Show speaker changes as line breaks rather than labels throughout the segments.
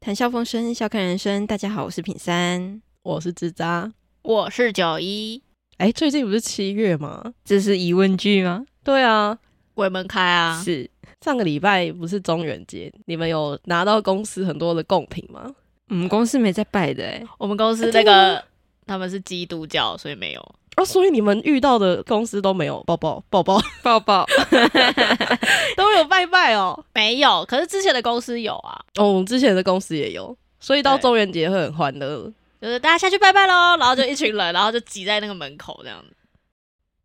谈笑风生，笑看人生。大家好，我是品三。
我是吱喳。
我是九一，
哎，最近不是七月吗？
这是疑问句吗？
对啊，
鬼门开啊！
是，
上个礼拜不是中元节，你们有拿到公司很多的贡品吗？
我们嗯公司没在拜的哎。
我们公司那个他们是基督教，所以没有。
哦，所以你们遇到的公司都没有抱抱抱抱，
抱抱，
都没有拜拜哦。
没有，可是之前的公司有啊，
哦，我们之前的公司也有，所以到
对
中元节会很欢乐。
就是大家下去拜拜喽，然后就一群 人，然后就挤在那个门口这样子。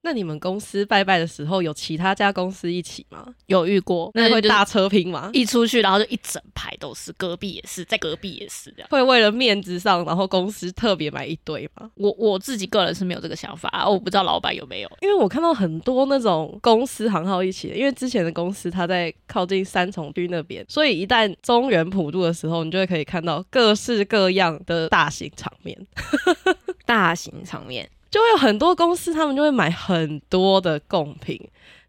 那你们公司拜拜的时候有其他家公司一起吗？
有遇过，
那会
就是
大车拼吗？
一出去，然后就一整排都是，隔壁也是，在隔壁也是这样。
会为了面子上，然后公司特别买一堆吗？
我我自己个人是没有这个想法，啊我不知道老板有没有。
因为我看到很多那种公司行号一起的，因为之前的公司它在靠近三重区那边，所以一旦中原普渡的时候，你就会可以看到各式各样的大型场面，
大型场面，
就会有很多公司他们就会买很多的贡品，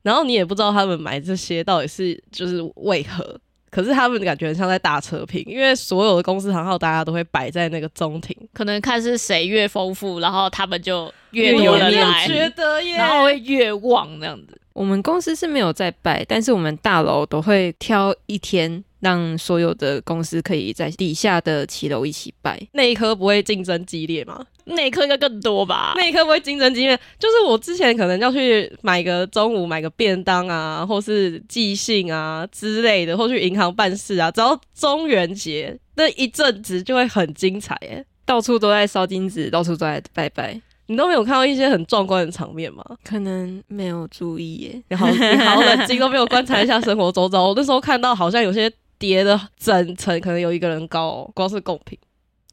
然后你也不知道他们买这些到底是就是为何。可是他们感觉很像在大车评，因为所有的公司行号大家都会摆在那个中庭，
可能看是谁越丰富，然后他们就越多
我
人
也
来，
觉得耶，
然后会越旺这样子。
我们公司是没有在拜，但是我们大楼都会挑一天，让所有的公司可以在底下的骑楼一起拜。
那一刻不会竞争激烈 吗？
那一刻应该更多吧？
那一刻不会竞争激烈，就是我之前可能要去买个中午买个便当啊，或是寄信啊之类的，或去银行办事啊，只要中元节那一阵子就会很精彩耶。
到处都在烧金纸，到处都在拜拜。
你都没有看到一些很壮观的场面吗？
可能没有注意耶，
你好，你好冷静，都没有观察一下生活周遭。我那时候看到好像有些叠的整层，可能有一个人高、哦，光是贡品，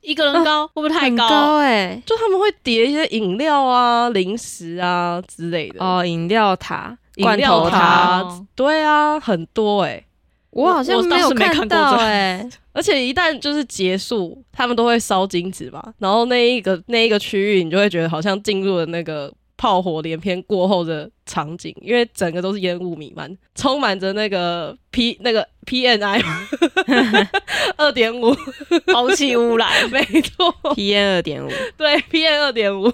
一个人高、会不会太
很
高？
高哎、
就他们会叠一些饮料啊、零食啊之类的。
哦，饮料塔、
饮
罐
料
头
塔
哦
对啊，很多哎、
我好像
我
没有
倒是没
看
看过
到
这
哎、
而且一旦就是结束，他们都会烧金纸嘛，然后那一个那一个区域，你就会觉得好像进入了那个炮火连篇过后的场景，因为整个都是烟雾弥漫，充满着那个 P 那个 PNI 二点五，。
空气污染
没错，
PM 二点五，
对 PN 二点五。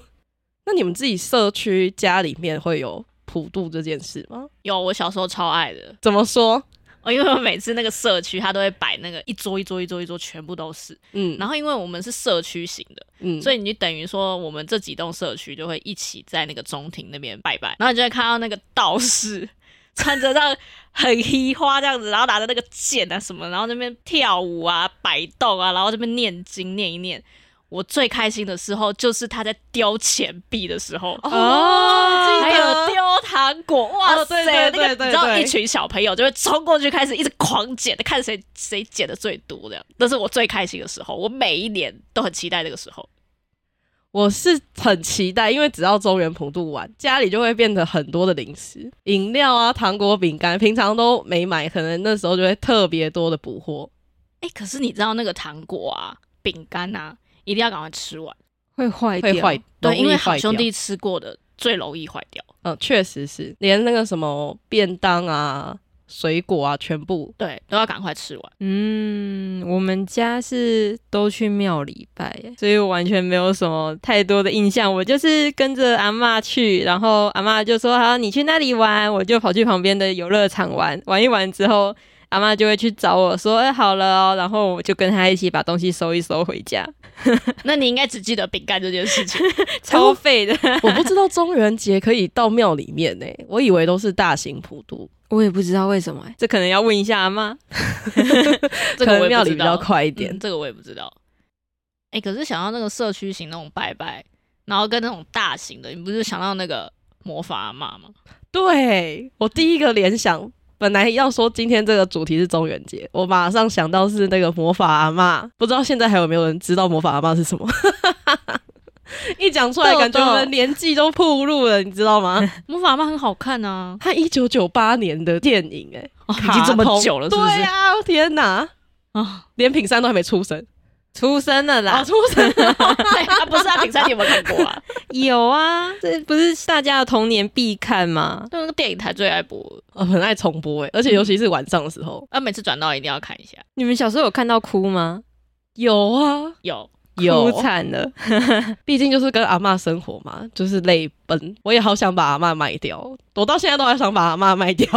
那你们自己社区家里面会有普渡这件事吗？
有，我小时候超爱的，
怎么说？
哦，因为我每次那个社区，它都会摆那个一桌一桌一桌一桌，全部都是。
嗯，
然
后
后因为我们是社区型的，
嗯
所
以
以你就等于说我们这几栋社区就会一起在那个中庭那边拜拜，然后你就会看到那个道士 穿着那很黑花这样子，然后拿着那个剑啊什么，然后那边跳舞啊、摆动啊，然后这边念经念一念。我最开心的时候就是他在丢钱币的时候，
哦
还有丢糖果，哇
哦
塞，
对对对
那个
对
你知道，
对
一群小朋友就会冲过去开始一直狂捡，看谁谁捡的最多这样。那是我最开心的时候，我每一年都很期待这个时候。
我是很期待，因为只要中原普渡完，家里就会变得很多的零食、饮料啊、糖果、饼干，平常都没买，可能那时候就会特别多的补货。
哎、可是你知道那个糖果啊、饼干啊，一定要赶快吃完，
会坏掉，
会坏容
对，
易
因为
坏
好兄
掉
弟吃过的最容易坏掉。
嗯，确实是，连那个什么便当啊、水果啊，全 部
对，都要赶快吃 完。
嗯，我们家是都去庙里拜欸耶，所以我完全没有什么太多的印象。我就是跟着阿嬷去，然后阿嬷就说：“好，你去那里玩。”我就跑去旁边的游乐场玩，玩一玩之后，阿嬷就会去找我说：“哎、好了哦。”然后我就跟她一起把东西收一收回 家，
那你应该只记得饼干这件 事情。
超费的。
我不知道中元节可以到庙里面呢、我以为都是大型普渡，
我也不知道为什么欸耶，这可能要问一下阿嬷。
这
可
个我
能
也
庙
不
里
知
比
道。
较快一
一
点。
这个我也不知道。哎、可是想到那个社区型那种拜拜，然后跟那种大型的，你不是想到那个魔法阿嬷吗？
对我第一个联想，本来要说今天这个主题是中元节，我马上想到是那个魔法阿嬷，不知道现在还有没有人知道魔法阿嬷是什么？ 一讲出来，
豆豆
感觉我们年纪都暴露了，你知道吗？
魔法阿嬷很好看啊，
它一九九八年的电影、欸，
哦、
哎，
已经这么久了，是不
对
是？
啊，天哪，
啊，
连品山都还没出生，
出生了啦，
哦
啊，出 生了
对啊，不是啊，平山你有没有看过啊？
有啊，这不是大家的童年必看吗？
那个电影台最爱播，
我呃很爱重播、欸，哎，而且尤其是晚上的时候，
啊，每次转到一定要看一下。
你们小时候有看到哭吗？
有啊，
有，
有
哭，惨了，
毕竟就是跟阿嬷生活嘛，就是泪奔。我也好想把阿嬷卖掉，我到现在都还想把阿 嬷卖掉。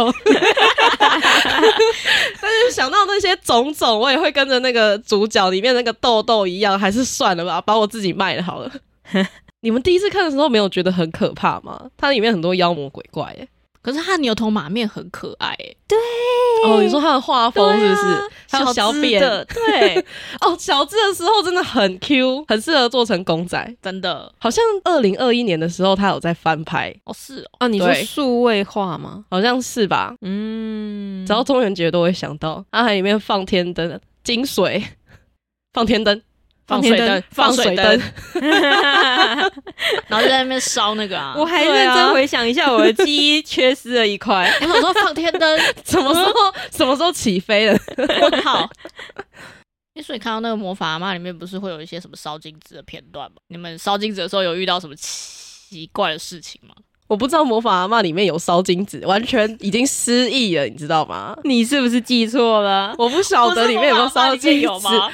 但是想到那些种种，我也会跟着那个主角里面那个豆豆一样，还是算了吧，把我自己卖了好 了。你们第一次看的时候没有觉得很可怕吗？它里面很多妖魔鬼怪、欸，
可是他牛头马面很可爱、欸，
哦，你说它的画风是不是？还有小
啊小
扁
的，对，
哦，小智的时候真的很 Q，很适合做成公仔。
真的，
好像二零二一年的时候，他有在翻拍，
哦是哦，
哦，你说
对
数位化吗？
好像是吧？
嗯，
只要中元节都会想到，它还里面放天灯、金水、放天灯、
放
水
天灯
放
放水
水
灯
灯。
然后就在那边烧那个啊，
我还
对
认
啊
真回想一下，我的记忆缺失了一块。
我想说放天灯，
什么时候、什么时候起飞了？
问号。诶所以看到那个魔法阿妈里面不是会有一些什么烧金子的片段吗？你们烧金子的时候有遇到什么奇怪的事情 吗？
我不知道魔法阿嬷里面有烧金子，完全已经失忆了，你知道吗？
你是不是记错了？
我不晓得里面有没有烧金
有
子。
吗？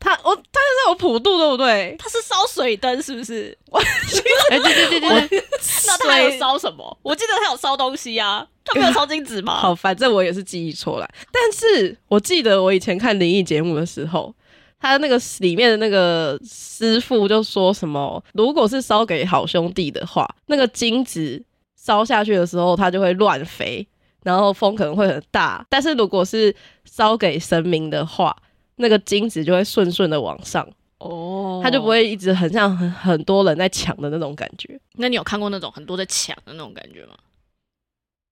他我他是有普渡对不对？
它是烧水灯是不是？
哎，对对对对对，
那它还有烧什么？我记得它有烧东西啊，它没有烧金子吗？
好，反正我也是记忆错了。但是我记得我以前看灵异节目的时候，他那个里面的那个师傅就说什么，如果是烧给好兄弟的话，那个金子烧下去的时候，它就会乱飞，然后风可能会很大。但是如果是烧给神明的话，那个金子就会顺顺的往上，
哦
它就不。会一直很像很很多人在抢的那种感觉。
那你有看过那种很多在抢的那种感觉吗？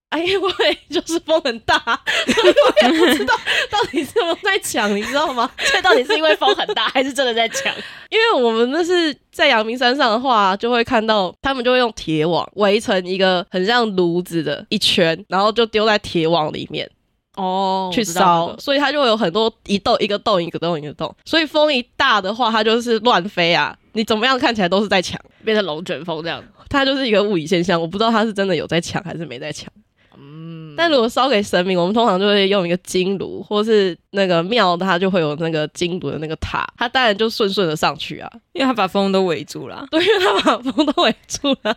哎，因为 就是风很大，我也不知道到底是我在抢，你知道吗？
这 到底是因为风很大，还是真的在抢？
因为我们那是在阳明山上的话，就会看到他们就会用铁网围成一个很像炉子的一圈，然后就丢在铁网里面
哦
去烧，所以它就会有很多一洞一个洞一个洞一个洞，所以风一大的话，它就是乱飞啊，你怎么样看起来都是在抢，
变成龙卷风这样。
它就是一个物理现象，我不知道它是真的有在抢还是没在抢。
嗯，
但如果烧给神明，我们通常就会用一个金炉，或是那个庙，它就会有那个金炉的那个塔，它当然就顺顺的上去啊，
因为他把风都围住了。 啊
对，因为它把风都围住 了。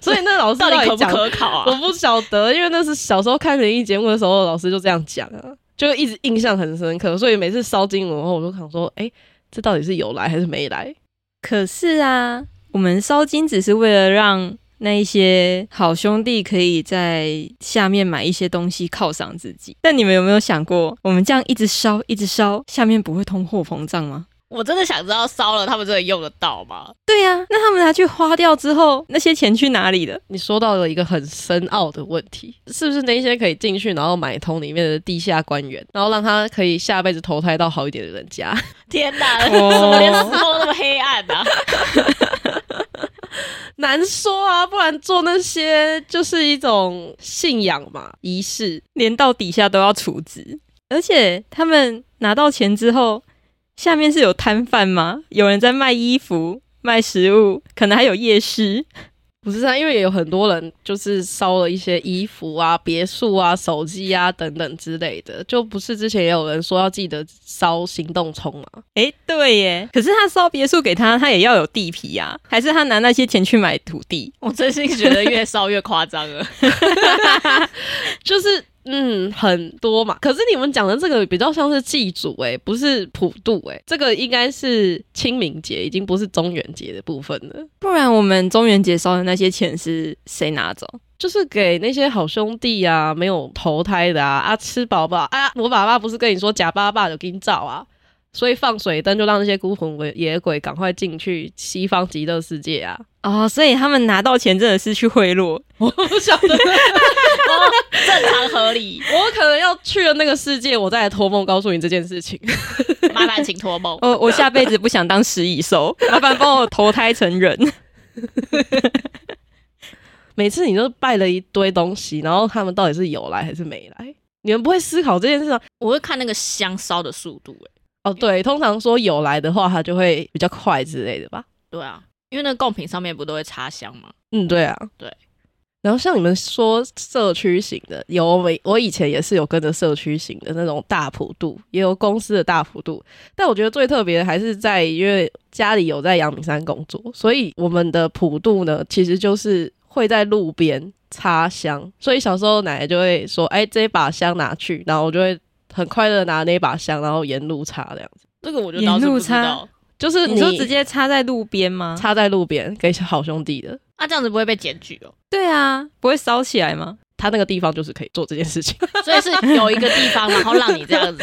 所以那老师
到底可不
讲，
可考啊？
我不晓得，因为那是小时候看灵异节目的时候，老师就这样讲啊，就一直印象很深刻。所以每次烧金炉后，我就想说，哎、这到底是有来还是没来？
可是啊，我们烧金只是为了让那一些好兄弟可以在下面买一些东西犒赏自己。但你们有没有想过，我们这样一直烧一直烧，下面不会通货膨胀吗？
我真的想知道烧了他们真的用得到吗？
对呀、那他们拿去花掉之后，那些钱去哪里了？
你说到了一个很深奥的问题，是不是那些可以进去然后买通里面的地下官员，然后让他可以下辈子投胎到好一点的人家？
天哪，怎
哦
么连时空都那么黑暗啊？
难说啊，不然做那些就是一种信仰嘛，仪式。
连到底下都要处置，而且他们拿到钱之后，下面是有摊贩吗？有人在卖衣服、卖食物，可能还有夜市。
不是啊，因为也有很多人就是烧了一些衣服啊、别墅啊、手机啊等等之类的，就不是之前也有人说要记得烧行动啊充嘛，
诶，对耶！可是他烧别墅给他，他也要有地皮啊，还是他拿那些钱去买土地？
我真心觉得越烧越夸张了。
就是嗯很多嘛。可是你们讲的这个比较像是祭祖诶、不是普渡诶、这个应该是清明节，已经不是中元节的部分了。
不然我们中元节烧的那些钱是谁拿走？
就是给那些好兄弟啊，没有投胎的啊，啊吃饱饱啊，我爸爸不是跟你说假爸爸有给你找啊，所以放水灯就让那些孤魂为野鬼赶快进去西方极乐世界啊！
哦，所以他们拿到钱真的是去贿赂，
我不晓得，
哦正常合理，
我可能要去了那个世界，我再来托梦告诉你这件事情。
麻烦请托梦。
我我下辈子不想当食蚁兽，麻烦帮我投胎成人。
每次你就拜了一堆东西，然后他们到底是有来还是没来？你们不会思考这件事啊？
我会看那个香烧的速度、欸，
哦，对，通常说有来的话，它就会比较快之类的吧。
对啊，因为那个贡品上面不都会插香吗？
嗯，对啊，
对。
然后像你们说社区型的，有我我以前也是有跟着社区型的那种大幅度，也有公司的大幅度。但我觉得最特别的还是在因为家里有在阳明山工作，所以我们的普渡呢，其实就是会在路边插香。所以小时候奶奶就会说：“哎，这一把香拿去。”然后我就会很快乐地拿那一把香，然后沿路插这样子。
这个我就倒是不知
沿路
道。
就是
你说直接插在路边吗？
插在路边给好兄弟的，
啊，这样子不会被检举哦。
对啊，不会烧起来吗？
他那个地方就是可以做这件事情。
所以是有一个地方，然后让你这样子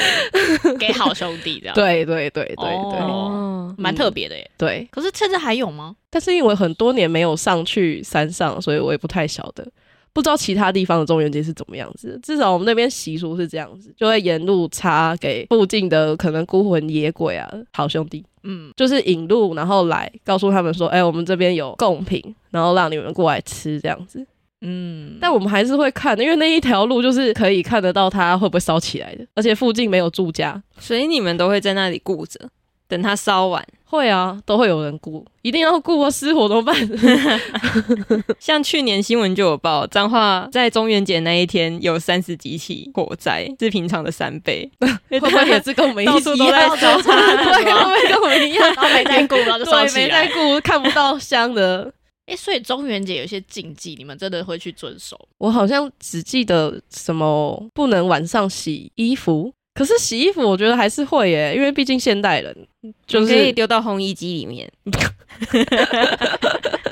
给好兄弟这样，，
对对对对对、
啊哦蛮特别的耶。
对。
可是现在还有吗？
但是因为我很多年没有上去山上，所以我也不太晓得，不知道其他地方的中元节是怎么样子的。至少我们那边习俗是这样子，就会沿路插给附近的可能孤魂野鬼啊、好兄弟，
嗯，
就是引路，然后来告诉他们说：“哎、我们这边有贡品，然后让你们过来吃这样子。”
嗯，
但我们还是会看的，因为那一条路就是可以看得到它会不会烧起来的，而且附近没有住家，
所以你们都会在那里顾着，等它烧完。
会啊，都会有人雇，一定要雇啊，失火怎么办？
像去年新闻就有报，彰化在中元节那一天有三十几起火灾，是平常的三倍。
会不会也是跟我们一
到
起
处
一
都 在
样？
烧柴？
对，会不会跟我们一样？
啊然后没在顾， 然后就啊烧
对，
起
没
来
在。雇，看不到香的。
哎、所以中元节有些禁忌，你们真的会去遵守？
我好像只记得什么不能晚上洗衣服，可是洗衣服我觉得还是会耶，因为毕竟现代人就
可以
是
丢到烘衣机里面，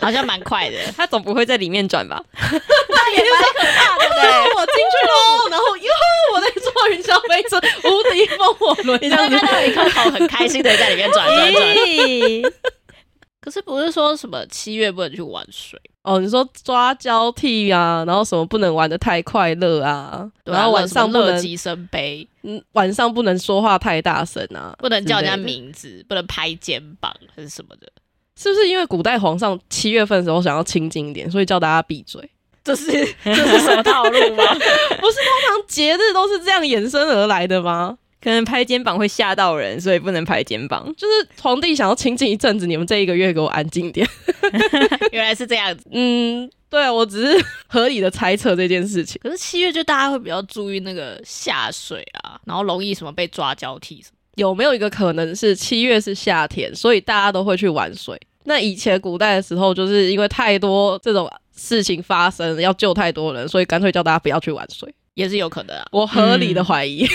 好像蛮快 的，
它总不会在里面转吧？
怕对不
对
对？
我进去喽，然后哟，我在坐云霄飞车，无敌风火轮 这
你就
样子
看。到一颗头很开心的在里面转转转。
咦
可是不是说什么七月不能去玩水？
哦，你说抓交替啊，然后什么不能玩的太快乐啊，
对啊
然后晚上不
乐
能，
极生悲，
嗯，晚上不能说话太大声啊，
不能叫人家
之类的，
名字，不能拍肩膀还是什么的。
是不是因为古代皇上七月份的时候想要清静一点，所以叫大家闭嘴？
这是这是什么套路吗？
不是通常节日都是这样衍生而来的吗？
可能拍肩膀会吓到人，所以不能拍肩膀。
就是皇帝想要清静一阵子，你们这一个月给我安静一 点。
原来是这样子。
嗯，对，我只是合理的猜测这件事情。
可是七月就大家会比较注意那个下水啊，然后容易什么被抓交替什么。
有没有一个可能是七月是夏天，所以大家都会去玩水？那以前古代的时候，就是因为太多这种事情发生，要救太多人，所以干脆叫大家不要去玩水。
也是有可能啊，
我合理的怀疑，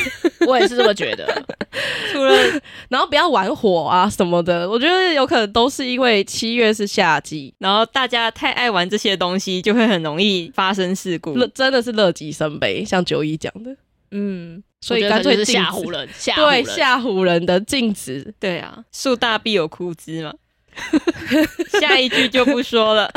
我也是这么觉得。
除了
然后不要玩火啊什么的，我觉得有可能都是因为七月是夏季，
然后大家太爱玩这些东西，就会很容易发生事故。
乐真的是乐极生悲，像九一讲的，
嗯，
所以
我觉
干
得可能就
脆
是
禁
吓
止
唬人，吓唬
对
人。
吓唬人的禁止。
对啊，树大必有枯枝嘛。 下一句就不说 了。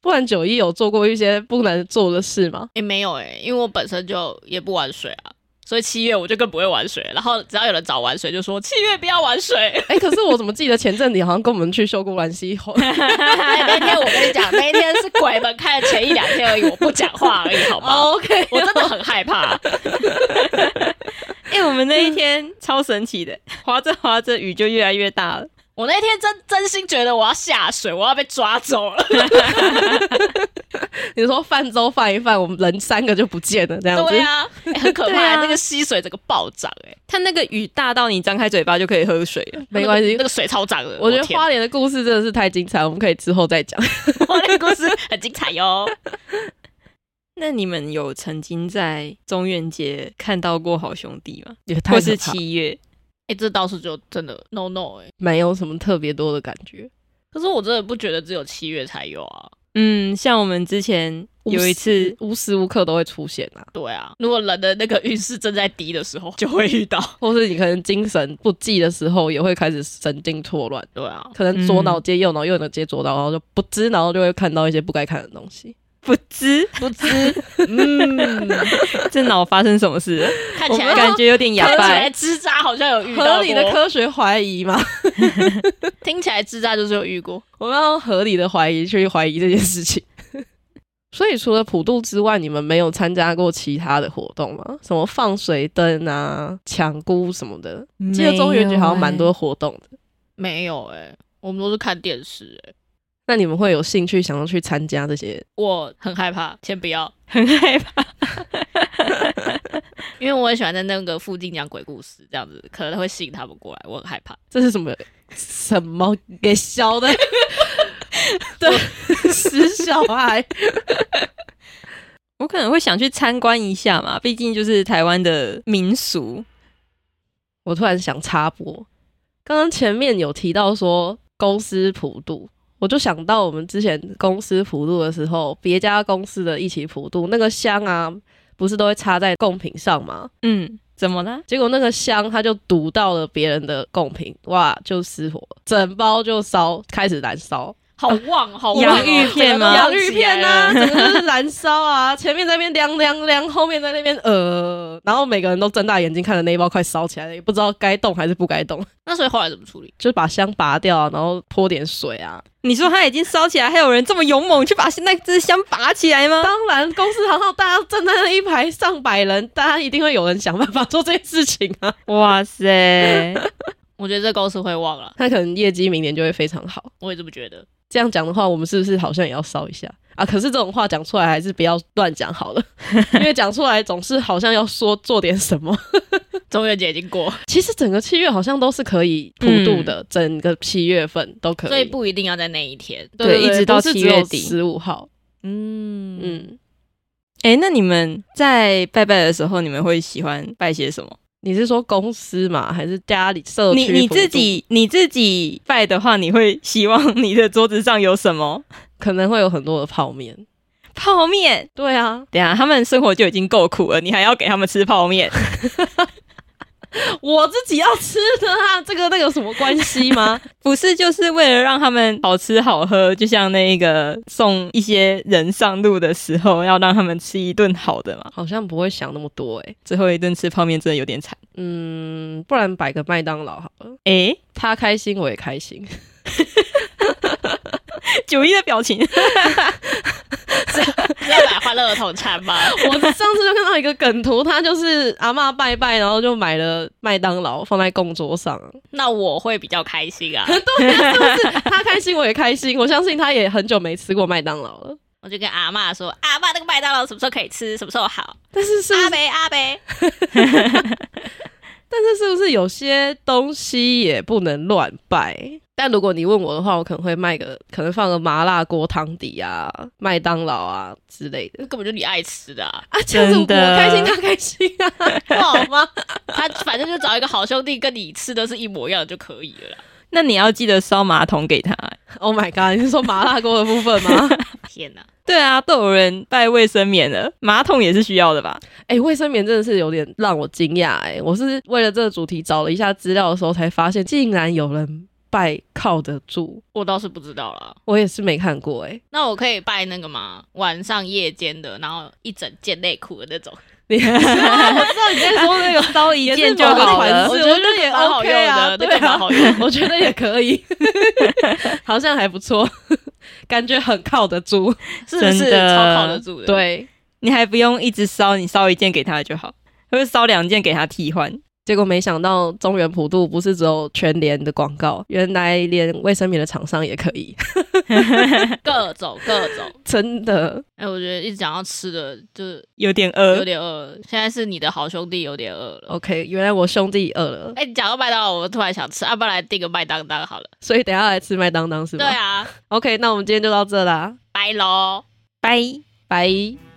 不然九一有做过一些不能做的 事吗？
也、没有哎、因为我本身就也不玩水啊，所以七月我就更不会玩水。然后只要有人找玩水，就说七月不要玩 水。
哎、可是我怎么记得前阵子你好像跟我们去秀姑 峦溪 后
哎那天我跟你讲，那一天是鬼门开的前一两天而已，我不讲话而已，好吗？
哦？OK，
我真的很害怕，
哎、我们那一天超神奇的，滑着滑着雨就越来越大了。
我那天真真心觉得我要下水，我要被抓走了。
你说泛舟泛一泛，我们人三个就不见了，这样子。
对啊，哎很可怕、
对啊
那个溪水整个暴涨哎、
它那个雨大到你张开嘴巴就可以喝水了。
没关系
那个那个水超涨的。
我觉得
天
花莲的故事真的是太精彩，我们可以之后再讲。
花莲故事很精彩哟。
那你们有曾经在中元节看到过好兄弟吗？
也
或
太
是
是奇，
七月？
哎、这倒是就真的 no no 哎、
没有什么特别多的感觉。
可是我真的不觉得只有七月才有啊。
嗯，像我们之前有一次，
无时无刻都会出现啊，
对啊，如果人的那个运势正在低的时候，就会遇到。
或是你可能精神不济的时候，也会开始神经错乱，
对啊，
可能左脑接右脑，右脑接左脑，然后就不知，然后就会看到一些不该看的东西。
不知
不知，嗯，
这脑发生什么事了，
看
我
起来
们
感觉有点哑
看起
巴
来。支扎好像有遇到
合理的
过
科学怀疑嘛，
听起来支扎就是有遇过。
我们要合理的怀疑去怀疑这件事情。 所以除了普渡之外，你们没有参加过其他的活动吗？什么放水灯啊、抢菇什么的？
欸
记得中元节好像蛮多活动的。
没有哎、我们都是看电视哎、
那你们会有兴趣想要去参加这些？
我很害怕，先不要，
很害怕。
因为我很喜欢在那个附近讲鬼故事，这样子可能会吸引他们过来，我很害怕。
这是什么什么给小的？ 对，死小孩。
我可能会想去参观一下嘛，毕竟就是台湾的民俗。
我突然想插播，刚刚前面有提到说公司普渡，我就想到我们之前公司普渡的时候，别家公司的一起普渡，那个香啊，不是都会插在贡品上吗？
嗯，怎么啦？
结果那个香它就毒到了别人的贡品，哇，就失火，整包就烧，开始燃烧。
好旺，好旺、哦！
洋芋片吗？
洋芋片啊，整个就是燃烧啊！ 前面在那边凉凉凉，后面在那边呃，然后每个人都睁大眼睛看着那一包快烧起来了，也不知道该动还是不该动，
那所以后来怎么处理？
就把香拔掉啊，然后泼点水啊。
你说它已经烧起来，还有人这么勇猛去把那只香拔起来吗？
当然，公司行号大家站在那一排上百人，大家一定会有人想办法做这件事情啊。
哇塞！
我觉得这公司会旺了，
他可能业绩明年就会非常好。
我也这么觉得。
这样讲的话，我们是不是好像也要烧一下啊？可是这种话讲出来还是不要乱讲好了，因为讲出来总是好像要说做点什么。
中元节已经过，
其实整个七月好像都是可以普渡的，整个七月份都嗯可以，
所以不一定要在那一天。
对一直到7月底
十五号。
嗯嗯，
嗯，
哎，那你们在拜拜的时候，你们会喜欢拜些什么？
你是说公司嘛，还是家里社区？
你你自己你自己拜的话，你会希望 你的桌子上有什么？
可能会有很多的泡面。
泡面。
对啊，
等一下，他们生活就已经够苦了，你还要给他们吃泡面？
我自己要吃的啊， 这个那有什么关系 吗？
不是，就是为了让他们好吃好喝，就像那个送一些人上路的时候，要让他们吃一顿好的嘛。
好像不会想那么多诶、
最后一顿吃泡面真的有点惨。
嗯，不然摆个麦当劳好了，
诶、
他开心我也开心，
九一的表情，
是要买欢乐儿童餐吗？
我上次就看到一个梗图，他就是阿嬷拜拜，然后就买了麦当劳放在供桌上，
那我会比较开心啊！
他开心我也开心，我相信他也很久没吃过麦当劳了。
我就跟阿嬷说：“阿嬷，那个麦当劳什么时候可以吃？什么时候好？
但是是不
阿
是，
伯，阿伯，
但是是不是有些东西也不能乱拜？但如果你问我的话，我可能会卖个，可能放个麻辣锅汤底啊、麦当劳啊之类的
那根本就你爱吃的 啊！
啊，这样子我
真的
开心他开心啊，不好吗？
他反正就找一个好兄弟，跟你吃的是一模一样的就可以了啦。
那你要记得烧马桶给他、 欸
Oh my god！你是说麻辣锅的部分吗？
天哪，
对啊，都有人拜卫生棉了，马桶也是需要的吧？
哎、卫生棉真的是有点让我惊讶哎！我是为了这个主题找了一下资料的时候，才发现竟然有人拜靠得住，
我倒是不知道啦。
我也是没看过哎。
那我可以拜那个吗？晚上夜间的，然后一整件内裤的那种，
你我知道你在说那个烧一
件就好了
我
我
觉
觉得
得也
蛮好
OK 啊，
用的
对
那个蛮
啊
好用，
我觉得也 可以，好像还不错，感觉很靠得住。
是不是
真的
超靠得住的？，
对，
你还不用一直烧，你烧一件给他就好，或者烧两件给他替换。
结果没想到中原普渡不是只有全联的广告，原来连卫生棉的厂商也可以，
各种各种。
真的。
哎、我觉得一直讲到吃的，就是
有点
有
饿，
点饿了。现在是你的好兄弟有点饿了。
OK，原来我兄弟饿了，
哎、你讲到麦当劳，我突然想吃，要、啊不然来订个麦当当好了。
所以等一下来吃麦当当是吗？
对啊，
OK，那我们今天就到这啦，
拜喽。
拜。
拜。